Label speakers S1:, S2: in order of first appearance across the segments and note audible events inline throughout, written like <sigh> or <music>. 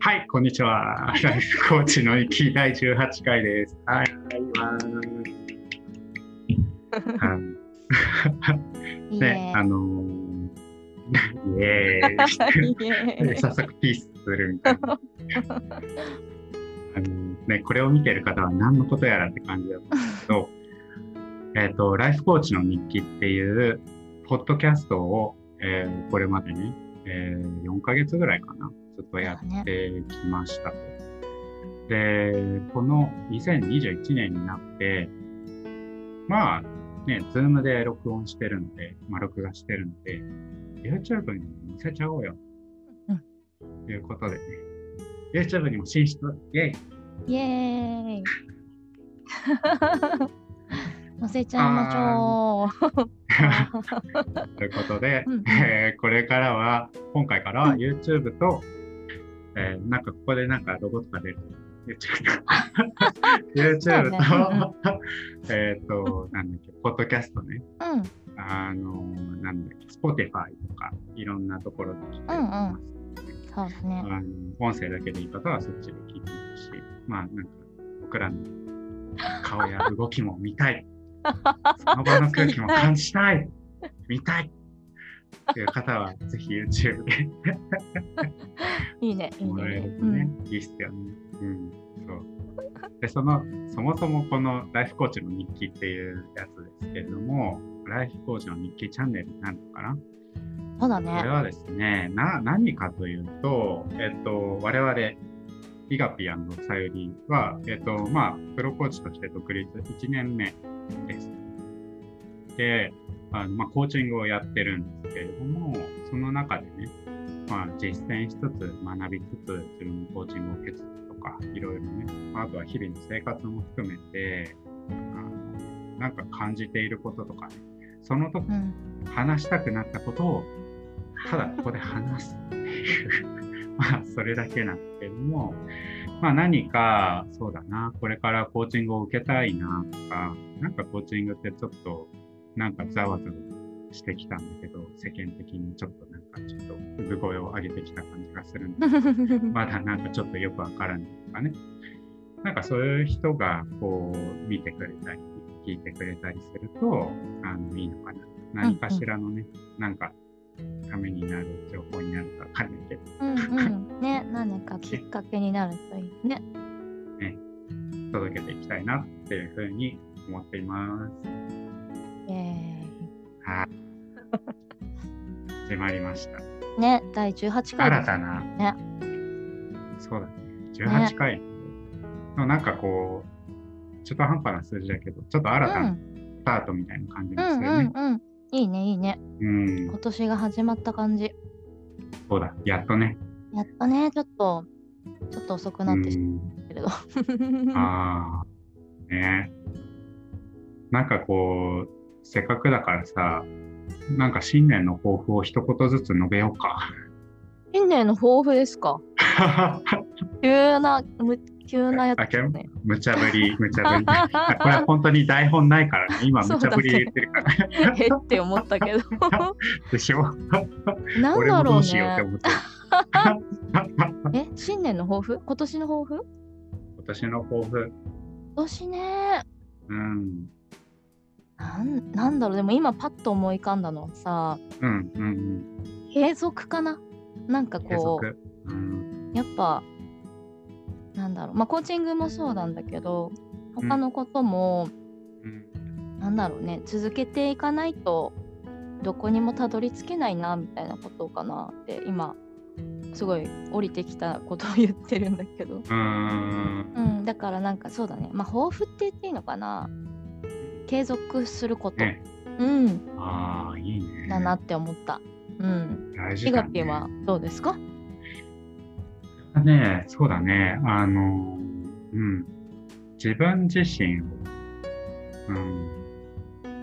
S1: はい、こんにちは。ライフコーチの域第18回です。はい、はい。 <laughs> ね、あのー、イエ <laughs> ー
S2: <laughs>
S1: イ。早速ピースするみたいな。あのね、これを見てる方は何のことやらって感じだったんですけど、えっと、ライフコーチの日記っていう、ポッドキャストを、えー、これまでに、えー、4ヶ月ぐらいかな。ずっとやってきましたと。ね、で、この2021年になって、まあね、ズームで録音してるので、まあ、録画してるので、YouTube に載せちゃおうよ。うん、ということでね、YouTube にも進出、イェ
S2: イイェイ
S1: <laughs>
S2: 載せちゃいましょう。 <laughs>
S1: ということで、うん、えー、これからは今回からは YouTube と、うん、えー、なんかここでなんかロゴとか出る YouTube と <laughs> えっとなんだっけポッドキャストね、うん、あのなんだっけ Spotify とかいろんなところで聞いてます、ね、うんうん、そうです <laughs> ねあの音声だけでいい方はそっちで聞いてますしまあなんか僕らの顔や動きも見た <laughs> いその場の空気も感じたい、見たいという方は、ぜひ YouTube で
S2: いいね、いいね。
S1: ねうん、いいっすよね。うん、そうでそのそもそもこのライフコーチの日記っていうやつですけれども、ライフコーチの日記チャンネルなのかな
S2: そうだね。
S1: これはですね、な何かというと、えっと、我々、イガピアンのさゆりは、えっと、まあ、プロコーチとして独立1年目です。で、あのまあ、コーチングをやってるんですけれども、その中でね、まあ、実践しつつ、学びつつ、自分のコーチングを受けつつとか、いろいろね、まあ、あとは日々の生活も含めて、あのなんか感じていることとかね、その時、うん、話したくなったことを、ただここで話す <laughs> っていうまあ、それだけなんですけれども、まあ、何か、そうだな、これからコーチングを受けたいなとか、なんかコーチングってちょっと、なんかざわざわしてきたんだけど、世間的にちょっとなんかちょっと産声を上げてきた感じがするんですけど、まだなんかちょっとよくわからないとかね。なんかそういう人がこう見てくれたり、聞いてくれたりすると、あの、いいのかな。何かしらのね、なんかためになる情報になるかわかんないけど。
S2: うんうん、ね、何かきっかけになるといいね。
S1: ね、届けていきたいなっていうふうに思っています。
S2: イエ
S1: ー
S2: <laughs>
S1: はい。始まりました。
S2: ね、第18回、
S1: ね、新たな。ね。そうだね。18回。ね、のなんかこう、ちょっと半端な数字だけど、ちょっと新たなスタートみたいな感じですよね。
S2: うん、うんうんうんいいねいいね。うん。今年が始まった感じ。
S1: そうだ、やっとね。
S2: やっとね、ちょっと、ちょっと遅くなってしまうけれど。 <laughs>
S1: ああ、ね。なんかこう、せっかくだからさ、なんか新年の抱負を一言ずつ述べようか。
S2: 新年の抱負ですか急な、む急なやつですね。
S1: <laughs> 無茶ぶり、無茶ぶ
S2: <laughs>
S1: り。これは本当に台本ないからね。今、無茶ぶり言ってるから、
S2: ね。えって思った <laughs> けど。
S1: でしょ
S2: なんだろうね。
S1: うう
S2: え、新年の抱負今年の抱負
S1: 今年の抱負。
S2: 今年ね。
S1: うん。
S2: なんなんだろうでも今パッと思い浮かんだのはさ、
S1: うんうんうん、
S2: 継続かななんかこ
S1: う、うん、
S2: やっぱなんだろう、まあ、コーチングもそうなんだけど他のことも、うん、なんだろうね続けていかないとどこにもたどり着けないなみたいなことかなって今すごい降りてきたことを言ってるんだけど
S1: うん、
S2: だからなんかそうだねまあ抱負って言っていいのかな継続すること、ね、うん
S1: ああいいね
S2: だなって思ったうん
S1: 大
S2: 事だ、ね、はどうですか。
S1: ね、そうだね。あの、うん。自分自身を、うん、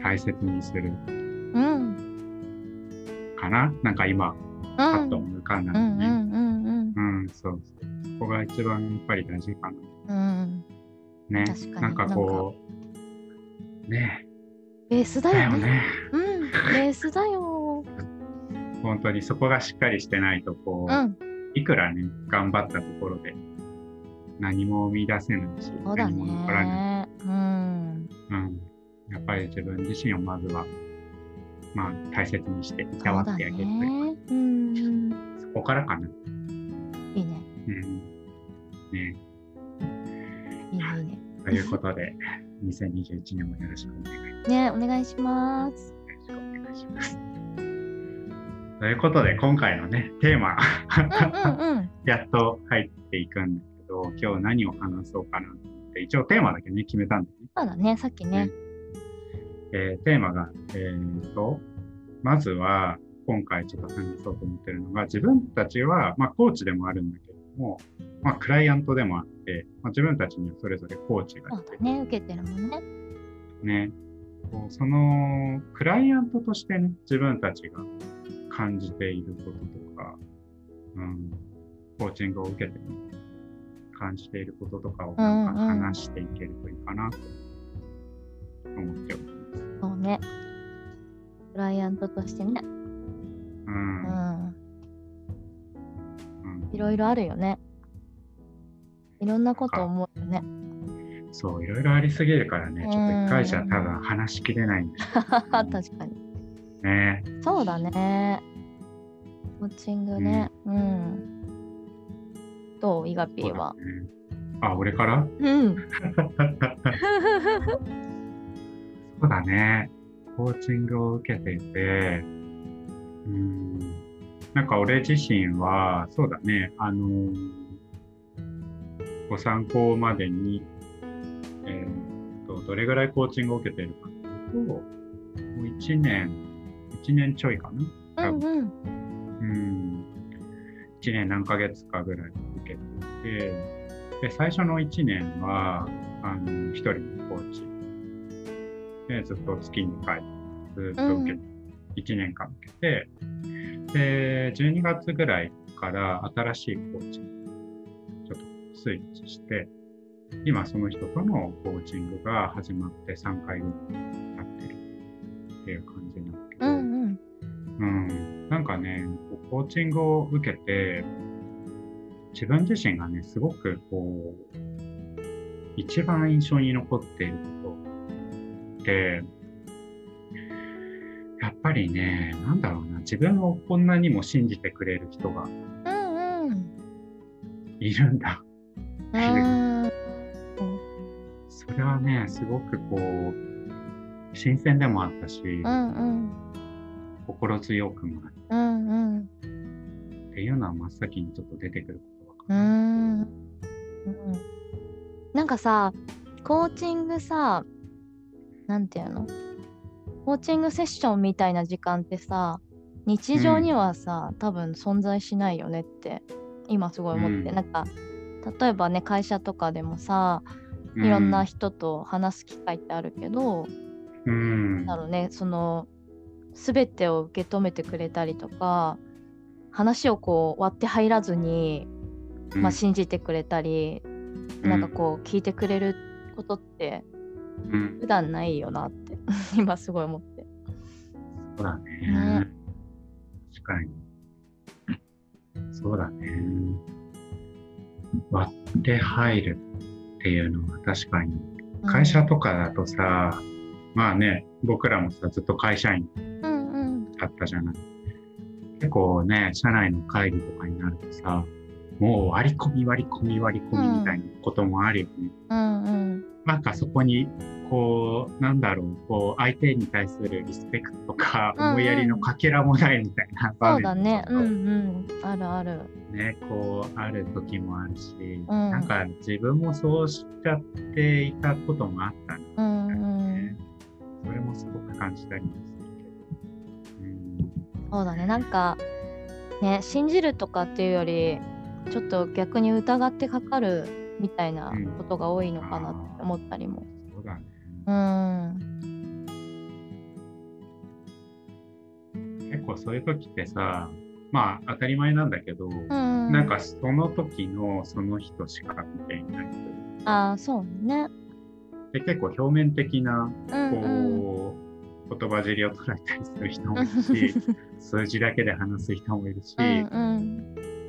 S1: 大切にする。うんかななんか今、パッと浮かんだのね。うん、うん、そうそう。そこが一番やっぱり大事か
S2: な。うん。
S1: ね。なんかこう、ね。
S2: ベースだよね。よねうん。ベースだよ。
S1: <laughs> 本当にそこがしっかりしてないと、こう、うんいくらね、頑張ったところで何も生み出せないし、
S2: そうだ
S1: 何も残らない。
S2: ね。うん。
S1: うん。やっぱり自分自身をまずは、まあ、大切にして、いた
S2: そ
S1: わっ
S2: うだ
S1: てあげ
S2: ね
S1: て、そ,、。
S2: うんうん。
S1: こからかな。
S2: いいね。
S1: うん。ね
S2: いいね。いいね。
S1: ということで、2021年もよろしくお願いします。
S2: ね、お願いします。
S1: よろしくお願いします。ということで、今回のね、テーマ、
S2: うんうんうん。
S1: <laughs> やっと入っていくんだけど、今日何を話そうかなって、一応テーマだけね、決めたんだよね。
S2: そうだね、さっきね。
S1: えーテーマが、えーと、まずは、今回ちょっと話そうと思ってるのが、自分たちは、まあ、コーチでもあるんだけども、まあ、クライアントでもあって、まあ、自分たちにはそれぞれコーチが
S2: そ
S1: いうて
S2: だ、ね、受けてるもんね。
S1: ね、こうそのクライアントとしてね、自分たちが感じていることとか、うん、コーチングを受けてみて感じていることとかをなんか
S2: うんうん
S1: 話していけるといいかなと思っております。
S2: そうね。クライアントとしてね。
S1: う
S2: うんん。
S1: うん
S2: いろいろあるよね。いろんなこと思うよね。
S1: そう、いろいろありすぎるからね、ちょっと一回じゃ
S2: う
S1: 多
S2: ん
S1: 分話しきれないんです
S2: 確かに。
S1: よ
S2: <laughs>
S1: ね。
S2: そうだね。コーチングね。うん。どうイガピーは。
S1: そうだねあ、俺から
S2: うん。
S1: そうだね。コーチングを受けていて、うん、なんか俺自身は、そうだね、あのご参考までに、えーっと、どれぐらいコーチングを受けているかというと、もう1年、1年ちょいかな。
S2: うんうん。
S1: うん、1年何ヶ月かぐらい受けていて、で、最初の1年は、あの、一人のコーチ。で、ずっと月2回、ずっと受けて、1年間受けて、で、12月ぐらいから新しいコーチにちょっとスイッチして、今その人とのコーチングが始まって3回ぐらい経ってるっていう感じなんだけど、
S2: うんうん。
S1: うん、なんかね、こうコーチングを受けて、自分自身がね、すごくこう、一番印象に残っていることって、やっぱりね、なんだろうな、自分をこんなにも信じてくれる人が
S2: うんうん。
S1: いるんだ。 <laughs>
S2: うん。
S1: それはね、すごくこう、新鮮でもあったし、
S2: うんうん。
S1: 心強くもあっ
S2: うんうん。
S1: たっていうのは真っ先にちょっと出てくること
S2: うー
S1: が、
S2: んうんなんかさコーチングさなんていうのコーチングセッションみたいな時間ってさ日常にはさ、多分存在しないよねって今すごい思って、
S1: うん
S2: なんか例えばね会社とかでもさ
S1: う
S2: いろんな人と話す機会ってあるけど、
S1: うん、
S2: だろうねその全てを受け止めてくれたりとか話をこう割って入らずにまあ、信じてくれたり、
S1: うん
S2: なんかこう聞いてくれることって
S1: うん
S2: 普段ないよなって <laughs> 今すごい思って。
S1: そうだね。
S2: ね
S1: 確かに。そうだね。割って入るっていうのは確かに。会社とかだとさ、まあね、僕らもさ、ずっと会社員
S2: うんうん
S1: だったじゃない。結構ね、社内の会議とかになるとさ、もう割り込み割り込み割り込みみたいなこともあるよね。
S2: うんうん
S1: なんかそこに、こう、なんだろう、こう、相手に対するリスペクトとか、
S2: うんうん
S1: 思いやりのかけらもないみたいな場
S2: そう
S1: 面
S2: だね
S1: と
S2: う
S1: か
S2: ん
S1: も
S2: うんあるある
S1: ね、こう、ある時もあるし、
S2: ん
S1: なんか自分もそうしちゃっていたこともあったな、
S2: うんうん
S1: ねそれもすごく感じたりもするけど。うん
S2: そうだねなんかね信じるとかっていうよりちょっと逆に疑ってかかるみたいなことが多いのかなって思ったりも。
S1: そうだね。
S2: うん
S1: 結構そういう時ってさ、まあ当たり前なんだけど、
S2: うん、
S1: なんかその時のその人しか見ていないという
S2: ああそうね。
S1: で結構表面的な
S2: うんうん
S1: こう、言葉尻を捉えたりする人もいるし数字だけで話す人もいるし、
S2: うんうん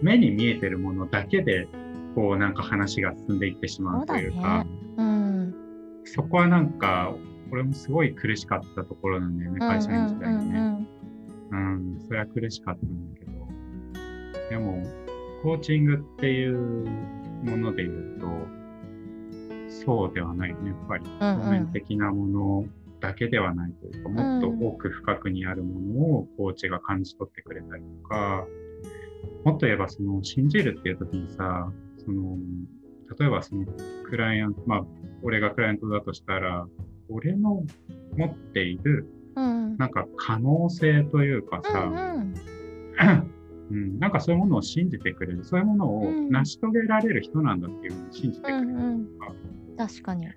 S1: 目に見えてるものだけでこうなんか話が進んでいってしまうというか
S2: うん、
S1: そこはなんか俺もすごい苦しかったところなんだよね会社員時代にね。
S2: うん
S1: うん、それは苦しかったんだけど、でも、コーチングっていうもので言うと、そうではないね、やっぱり。
S2: うんうん
S1: 表面的なものだけではないというか、もっと奥深くにあるものをコーチが感じ取ってくれたりとか、もっと言えば、その、信じるっていう時にさ、その、例えばその、クライアント、まあ、俺がクライアントだとしたら、俺の持っている
S2: うん
S1: なんか可能性というか
S2: うんう
S1: さ、
S2: ん
S1: <coughs> うんなんかそういうものを信じてくれる、そういうものを
S2: うん
S1: 成し遂げられる人なんだっていうのを信じてくれ
S2: う
S1: ると
S2: んうん
S1: か、
S2: 確かに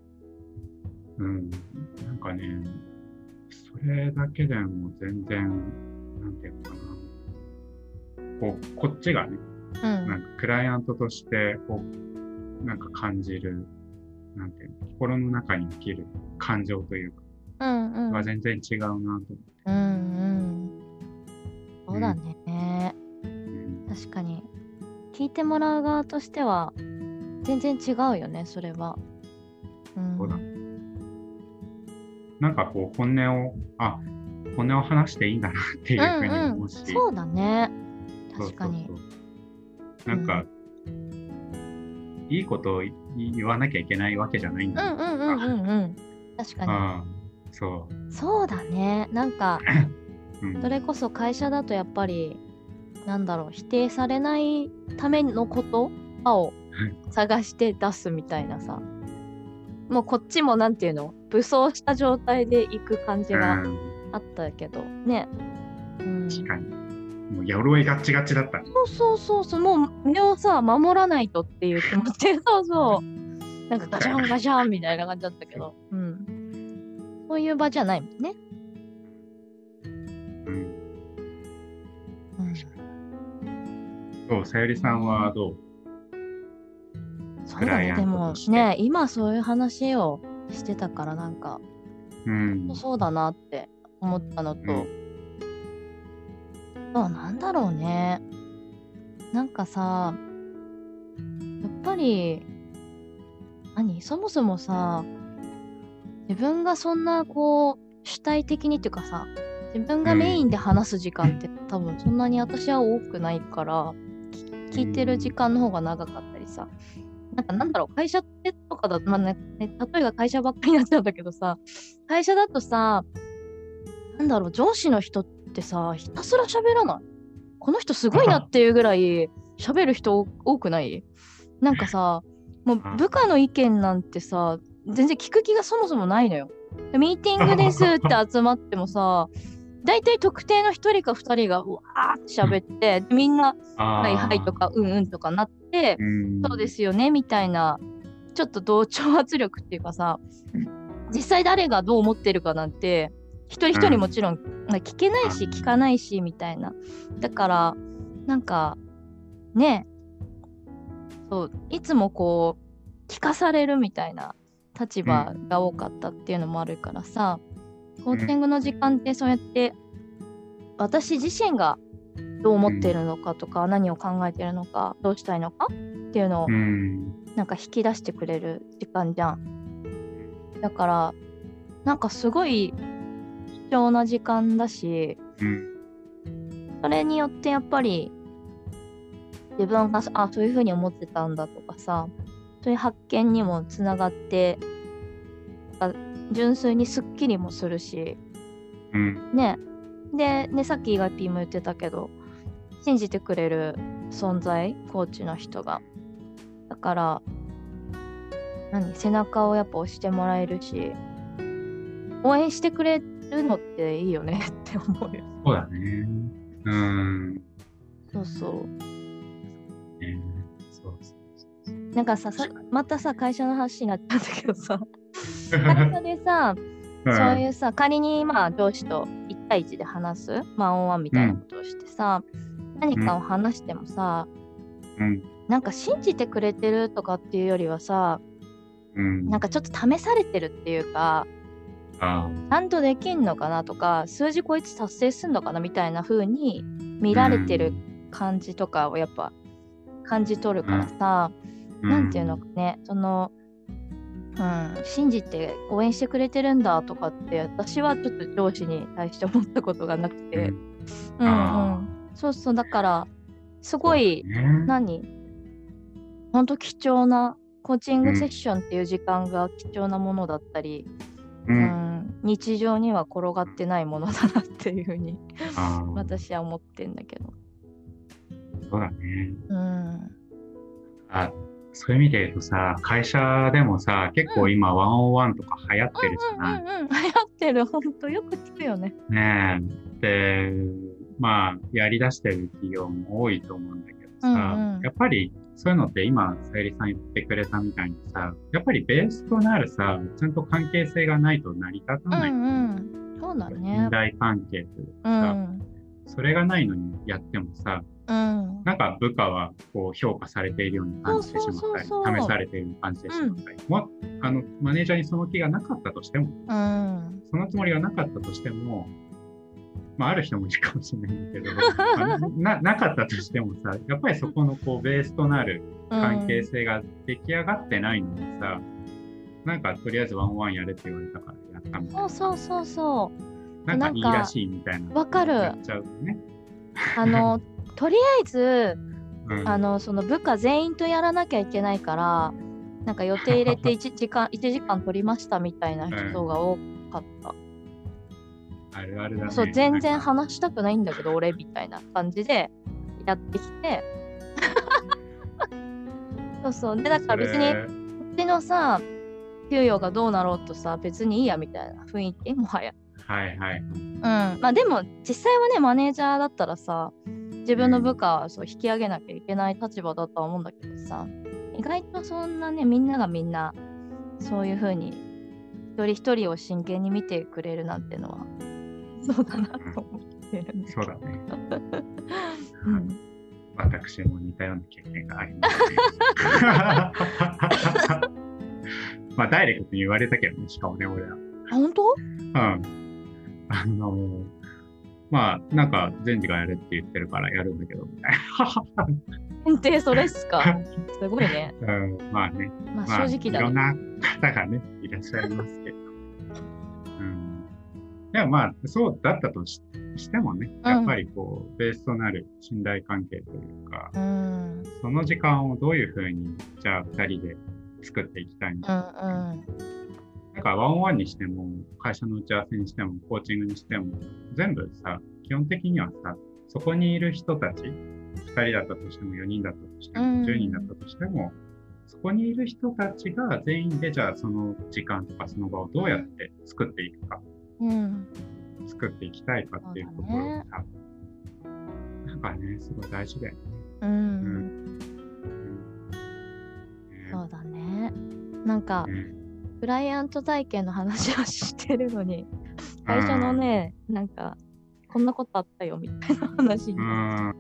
S1: うんなんかね、それだけでも全然、なんていうのかな、こうこっちがね、
S2: う
S1: なんんかクライアントとしてこう、なんか感じる、なんていうの、心の中に生きる感情というか、
S2: うんうん
S1: は全然違うなと思って。
S2: うんうんそうだね、
S1: うん
S2: 確かに聞いてもらう側としては全然違うよねそれは、うん、
S1: そうだなんかこう本音を、あ、本音を話していいんだなっていうふうに
S2: うんう、
S1: 思うんし、
S2: そうだね
S1: そう
S2: 確かに
S1: そうそうなんか、いいことをい言わなきゃいけないわけじゃないん
S2: う
S1: だ
S2: んうんうんうんうん確か
S1: ああそ
S2: にそうだねなんか
S1: う、うん
S2: それこそ会社だとやっぱりなんだろう否定されないためのことを探して出すみたいなさもうこっちもなんていうの武装した状態で行く感じが
S1: うん
S2: あったけどね、うん、
S1: 確かにもう鎧がっちがちだった
S2: そうそうそうそうもう身をさ守らないとっていう気持ち
S1: <laughs>
S2: でそうそうなんかガシャンガシャンみたいな感じだったけど、うん、そういう場じゃないもんね、
S1: うん
S2: うん、
S1: どうさゆりさんはどう
S2: そう
S1: ク
S2: だ
S1: ライ
S2: ね
S1: アン
S2: で
S1: ト
S2: も
S1: として
S2: ね今そういう話をしてたからなんか
S1: うん
S2: そうだなって思ったのと、あなんだろうねなんかさやっぱり何そもそもさ自分がそんなこう主体的にっていうかさ自分がメインで話す時間って多分そんなに私は多くないから聞聞いてる時間の方が長かったりさなんかなんだろう会社ってとかだと、まあね、ね例えば会社ばっかりになっちゃうんだけどさ会社だとさなんだろう上司の人ってさひたすら喋らないこの人すごいなっていうぐらい喋る人多多くないなんかさもう部下の意見なんてさ全然聞く気がそもそもないのよでミーティングですって集まってもさ大体特定の1人か2人がうわーって喋ってでみんな「
S1: あ
S2: は
S1: ー
S2: いはい」とか「うんうん」とかなって
S1: うん
S2: そうですよねみたいなちょっと同調圧力っていうかさ実際誰がどう思ってるかなんて一人一人もちろん、まあ聞けないし
S1: うん
S2: 聞かないしみたいなだからなんかねそういつもこう聞かされるみたいな立場が多かったっていうのもあるからさ、コーチングの時間ってそうやって私自身がどう思ってるのかとか、何を考えてるのかどうしたいのかっていうのを
S1: うん
S2: なんか引き出してくれる時間じゃん。だからなんかすごい貴重な時間だし
S1: うん
S2: それによってやっぱり自分があそういうふうに思ってたんだとかさそういう発見にもつながってなんか純粋にすっきりもするし
S1: うん
S2: ねでねさっきイガピーも言ってたけど信じてくれる存在コーチの人がだから何背中をやっぱ押してもらえるし応援してくれるのっていいよね <laughs> って思うよ
S1: そうだねうんね
S2: そうそう
S1: そうそうそ
S2: なんかささまたさ会社の話になっちゃうんだけど <laughs> さ
S1: う
S2: 会社でさそう
S1: う
S2: いうさ仮にまあ上司と1対1で話すまあオンワンみたいなことをしてさ、何かを話してもさ、
S1: <laughs> うん
S2: なんか信じてくれてるとかっていうよりはさ
S1: うん
S2: なんかちょっと試されてるっていうか
S1: あー
S2: ちゃんとできんのかなとか数字こいつ達成すんのかなみたいな風に見られてる感じとかをやっぱ感じ取るからさ、
S1: うん
S2: なんていうのかねその、うん、信じて応援してくれてるんだとかって私はちょっと上司に対して思ったことがなくて、うんうん
S1: あ
S2: そうそうだからすごい、
S1: ね
S2: 何本当貴重なコーチングセッションっていう時間が貴重なものだったり、
S1: う、
S2: うんん、日常には転がってないものだなっていうふうに <laughs>
S1: あー
S2: 私は思ってんだけど。
S1: そうだね。
S2: うん、
S1: あそういう意味で言うとさ、会社でもさ、結構今、ワンオンワンとか流行ってるじゃ
S2: うん
S1: ない。
S2: うんうん、 <laughs> 流行ってる本当よく聞くよね。
S1: ねえ。で、まあ、やり出してる企業も多いと思うんだけどさ、
S2: うんうん
S1: やっぱりそういうのって今、さゆりさん言ってくれたみたいにさ、やっぱりベースとなるさ、ちゃんと関係性がないと成り立た
S2: うん
S1: ない。
S2: うん、そうだね
S1: 信。頼関係という
S2: う
S1: か、
S2: ん、
S1: それがないのにやってもさ、<laughs>
S2: うん、
S1: なんか部下はこう評価されているように感じてしまったり、
S2: そうそうそうそう
S1: 試されているように感じてしまったり、もあのマネージャーにその気がなかったとしても、
S2: うん、
S1: そのつもりがなかったとしても、まあ、ある人もいるかもしれないん
S2: <laughs>
S1: だけどあのな、なかったとしてもさ、やっぱりそこのこうベースとなる関係性が出来上がってないのにさ、なんかとりあえずワンワンやれって言われたからやったみたい
S2: そうそうそうそう。
S1: な、なんかいい
S2: なんから
S1: しいみたいな。
S2: わかる
S1: やっちゃうとね。
S2: あのとりあえず
S1: うん
S2: あのその部下全員とやらなきゃいけないからなんか予定入れて1
S1: <laughs>
S2: 時間1時間取りましたみたいな人が多かった、
S1: あるあるだね。
S2: そう全然
S1: なんか
S2: 話したくないんだけど俺みたいな感じでやってき
S1: <laughs>
S2: てそうそうでだから別
S1: そ
S2: に
S1: れ
S2: うちのさ給与がどうなろうとさ別にいいやみたいな雰囲気もはや
S1: はいはい。
S2: うんまあでも実際はねマネージャーだったらさ自分の部下はそう引き上げなきゃいけない立場だとは思うんだけどさ意外とそんなねみんながみんなそういう風に一人一人を真剣に見てくれるなんてのはそうだなと思ってるんだけど
S1: そうだね。
S2: うん
S1: 私も似たような経験があります、ね。
S2: <laughs>
S1: まあ、ダイレクトに言われたけどね、しかもね、俺は。
S2: あ本当
S1: うん。あのまあ、なんか、善治がやれって言ってるからやるんだけど、みたい
S2: 限定それっすかすごいね
S1: な。うん、まあね、
S2: ま
S1: まあ、
S2: あ正直
S1: い
S2: だ
S1: ろん
S2: ね
S1: な方がね、いらっしゃいますけど。うん。でもまあ、そうだったとししてもね、やっぱりこう、ベースとなる信頼関係というか、
S2: うんうん
S1: その時間をどういうふうに、じゃあ2人で作っていきたいの
S2: う
S1: か。
S2: ん
S1: なんかワンオンワンにしても、会社の打ち合わせにしても、コーチングにしても、全部さ、基本的にはさ、そこにいる人たち、2人だったとしても、4人だったとしても、
S2: うん
S1: 10人だったとしても、そこにいる人たちが全員で、じゃあその時間とかその場をどうやって作っていくか、
S2: うん
S1: 作っていきたいかっていうところがさ、なんかね、すごい大事だよね。
S2: う
S1: うん
S2: ん
S1: うんね
S2: そうだねなんか
S1: ね
S2: クライアント体験の話をしてるのに、最初のね、なんか、こんなことあったよみたいな話に
S1: う。ん。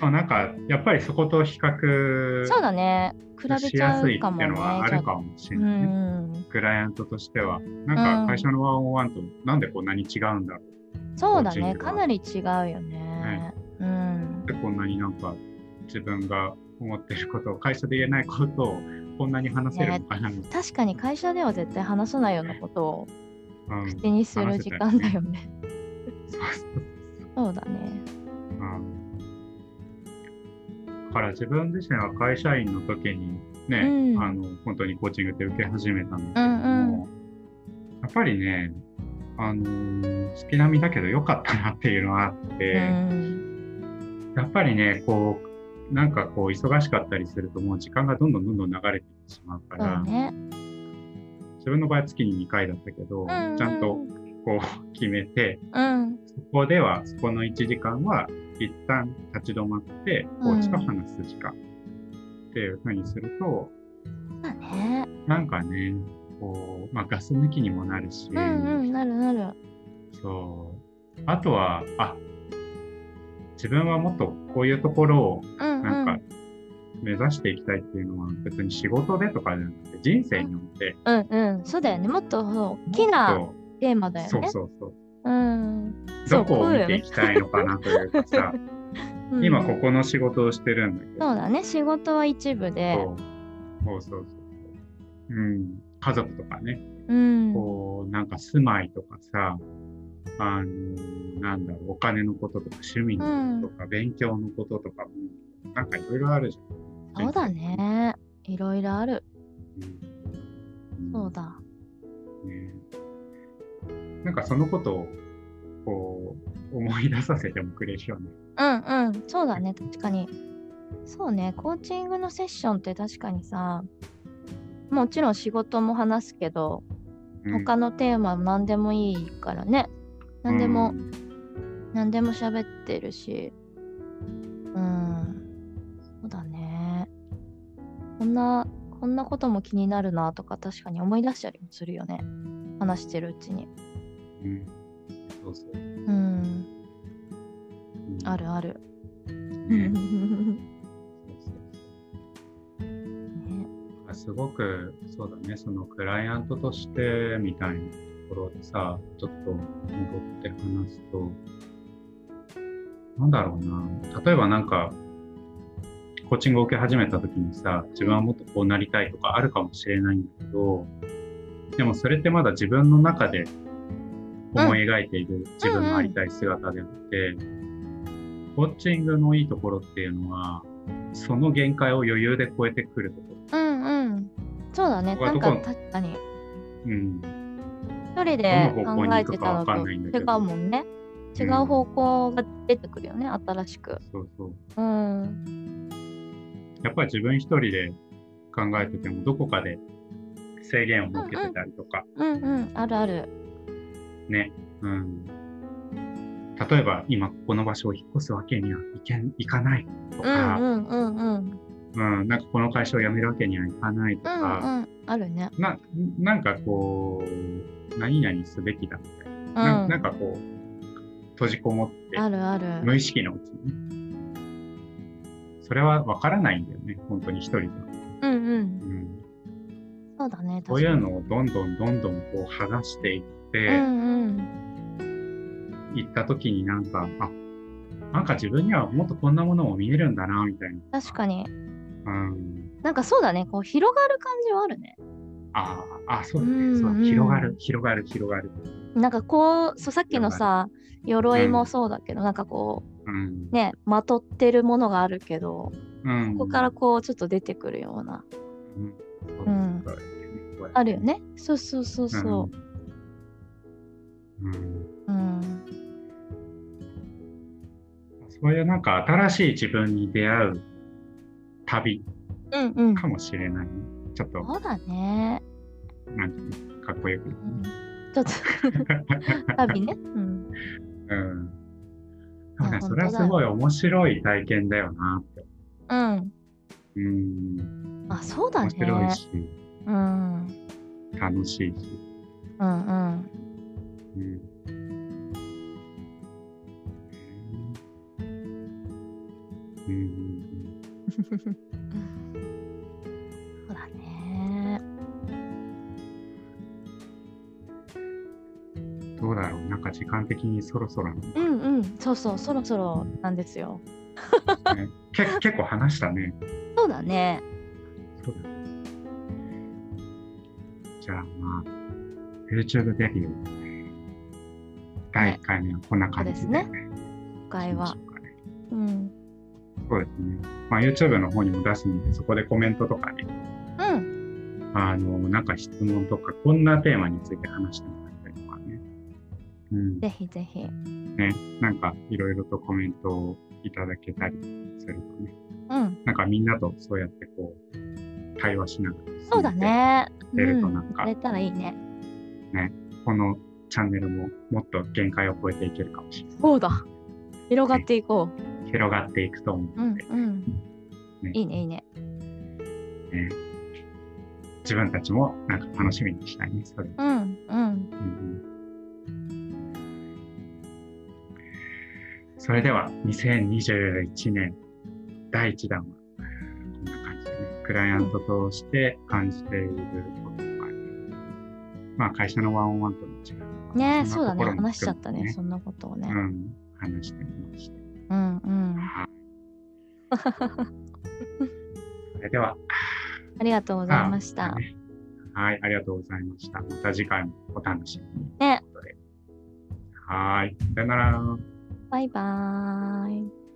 S1: そうなんかやっぱりそこと比較
S2: そうだね、比べ
S1: し
S2: ち
S1: や
S2: ゃ
S1: すいって
S2: う
S1: い
S2: か
S1: う
S2: もね。
S1: のはあるかもし
S2: う
S1: れない、ね
S2: ん、
S1: クライアントとしてはなん
S2: う
S1: か
S2: ん
S1: 会社のワンオンワンとなんでこんなに違うんだろう
S2: そう
S1: コ
S2: だね、
S1: ーチングは
S2: かなり違うよね。うん、
S1: ってこんなになんか自分が思ってることを会社で言えないことをこんなに話せるのかなみたい
S2: 確かに会社では絶対話さないようなことを
S1: な、うん
S2: 口にする時間だよね。
S1: そうそう
S2: そうだね。
S1: うんだから自分自身は会社員の時にね、
S2: うん
S1: あの本当にコーチングって受け始めたん
S2: う
S1: だけど
S2: んうん。
S1: も、やっぱりね、あのー月並みだけど良かったなっていうのはあって、
S2: うん
S1: やっぱりねこうなんかこう忙しかったりするともう時間がどんどんどんどん流れていってしまうか
S2: そう
S1: ら、
S2: だね。
S1: 自分の場合は月に2回だったけど、
S2: うんうん
S1: ちゃんとこう決めて
S2: うん。
S1: そこではそこの1時間は一旦立ち止まってコーチと話す時間っていう風にすると、
S2: そうだね。
S1: なんかねこう、まあ、ガス抜きにもなるし、
S2: うんうん、なるなる。
S1: そう。あとは、あ自分はもっとこういうところを
S2: うん
S1: なん
S2: う
S1: か
S2: ん。
S1: 目指していきたいっていうのは別に仕事でとかじゃなくて人生において
S2: うんうん。そうだよね。もっとそう大きな
S1: もっ
S2: テーマだ
S1: と
S2: よ
S1: そう
S2: ね。
S1: そうそう
S2: うん。そう
S1: どこを見ていきたいのかなというかさ
S2: <laughs> うん
S1: 今ここの仕事をしてるんだけど。
S2: そうだね仕事は一部で
S1: そうそうそうそう。うん。家族とかね、
S2: うん
S1: こう、なんか住まいとかさ、あの、なんだろう、お金のこととか、趣味のこととか、勉強のこととかも、なんかいろいろあるじゃん。
S2: そうだねいろいろある
S1: うん。
S2: そうだ
S1: ね。なんかそのことを、こう、思い出させてもくれるよね。
S2: うんうんそうだね確かにそうねコーチングのセッションって確かにさもちろん仕事も話すけど
S1: うん
S2: 他のテーマ何でもいいからね何でも、
S1: うん
S2: 何でも喋ってるしうんそうだねこんなこんなことも気になるなとか確かに思い出したりもするよね話してるうちに
S1: うんそうそう。
S2: うん
S1: うん
S2: あるある、 <laughs>
S1: ね
S2: ね
S1: そうそうそうすごく、そうだね、そのクライアントとしてみたいなところでさ、ちょっと戻って話すと、なんだろうな、例えばなんか、コーチングを受け始めた時にさ、自分はもっとこうなりたいとかあるかもしれないんだけど、でもそれってまだ自分の中で思い描いている自分のありたい姿であって、コーチングのいいところっていうのは、その限界を余裕で超えてくるとこ
S2: うんうんそうだね
S1: ここは
S2: なん
S1: どこ
S2: か確かに
S1: ろ。うん。
S2: 一人で
S1: どの方
S2: 考
S1: 向に
S2: え
S1: 行く
S2: てた
S1: か
S2: の
S1: わ
S2: と
S1: かん
S2: 違
S1: ないうんだけど
S2: もんね違う方向が出てくるよね新しく
S1: そうそう。
S2: うん
S1: やっぱり自分一人で考えてても、どこかで制限を設けてたりとか、
S2: うんうんあるある
S1: ね。うん。例えば、今ここの場所を引っ越すわけにはいけんいかないと
S2: うん
S1: か、
S2: うんうんうん
S1: うん、なんかこの会社を辞めるわけにはいかないと
S2: う
S1: か、
S2: んうんあるね
S1: ななんかこう、何々すべきだみたいな。な
S2: うんあ
S1: なんかこう、閉じこもって、
S2: るある
S1: 無意識のうちにね。それはわからないんだよね、本当に一人では。
S2: うん
S1: う
S2: う
S1: んん、
S2: そうだね
S1: こういうのをどんどんどんどんこう剥がしていっ
S2: う
S1: て、
S2: んうん
S1: 行った時になんか、あなんか自分にはもっとこんなものも見えるんだな、みたい
S2: 確かに
S1: な。うん、
S2: なんかそうだねこう広がる感じはあるね
S1: ああ、そうだ
S2: うん
S1: ね、そううん広がる、広がる、広がる。
S2: なんかこうそうさっきのさ鎧もそうだけど、なんかこ
S1: うん
S2: うねまとってるものがあるけど
S1: うん、
S2: ここからこうちょっと出てくるような
S1: うん、そう
S2: うん
S1: そうだよねこうやって
S2: あるよねそうそうそうそう
S1: うんうん
S2: うん
S1: そういうなんか新しい自分に出会う旅
S2: うんうん
S1: かもしれないね。ちょっと、
S2: そうだね、
S1: なんていうのかっこよく
S2: う。ん、ちょっ
S1: <laughs>
S2: と旅ね、う
S1: う
S2: ん、
S1: ん。でも
S2: いや
S1: ね、それは
S2: 本当
S1: す
S2: だよ
S1: ごい面白い体験だよなって。
S2: うん
S1: うん。
S2: あそうだ
S1: 面
S2: ね
S1: 白いし、
S2: うんうん
S1: 楽しいし。
S2: うん
S1: うん。うんうん
S2: そうだね
S1: うん、どうだろうなんか時間的にそろそろなの
S2: うんうんそうそうそろそろなんですよ
S1: かね
S2: <laughs>
S1: け結構話したね。
S2: そうだね
S1: そうだね。じゃあまあ、YouTube デビュー。第1回目はこんな感じで、
S2: そう今回は
S1: しましょうかね
S2: うん
S1: そうですね。まあ、YouTube の方にも出すので、そこでコメントとかね、
S2: うん
S1: あの、なんか質問とか、こんなテーマについて話してもらったりとかね。うん。
S2: ぜひぜひ
S1: ね。なんか、いろいろとコメントをいただけたりするとね。
S2: うん
S1: なんかみんなとそうやってこう、対話しながら。
S2: そうだ。ね
S1: 出ると
S2: うん
S1: なんか
S2: 出たらいいね
S1: このチャンネルももっと限界を超えていけるかもしれな
S2: そうだ広がっていこ
S1: い。広がっていくと思
S2: う
S1: う
S2: う
S1: の
S2: ん
S1: で、
S2: うん
S1: ね
S2: いいねいいね
S1: ね自分たちもなんか楽しみにしたいね、それ。
S2: うんうん
S1: それでは2021年第1弾はこんな感じでねクライアントとして感じていることとかね、まあ会社のワンオンワンとの違い
S2: ねそうだね
S1: ところも
S2: 話しちゃった
S1: 含め
S2: ね
S1: て
S2: そんなことを
S1: う
S2: ね
S1: ん話してみました <laughs>
S2: うんうん
S1: はいそれでは、
S2: ありがとうございました。
S1: ねはい、ありがとうございました。また次回もお楽しみに。
S2: ね
S1: ということで。はーい、さよなら。
S2: バイバーイ。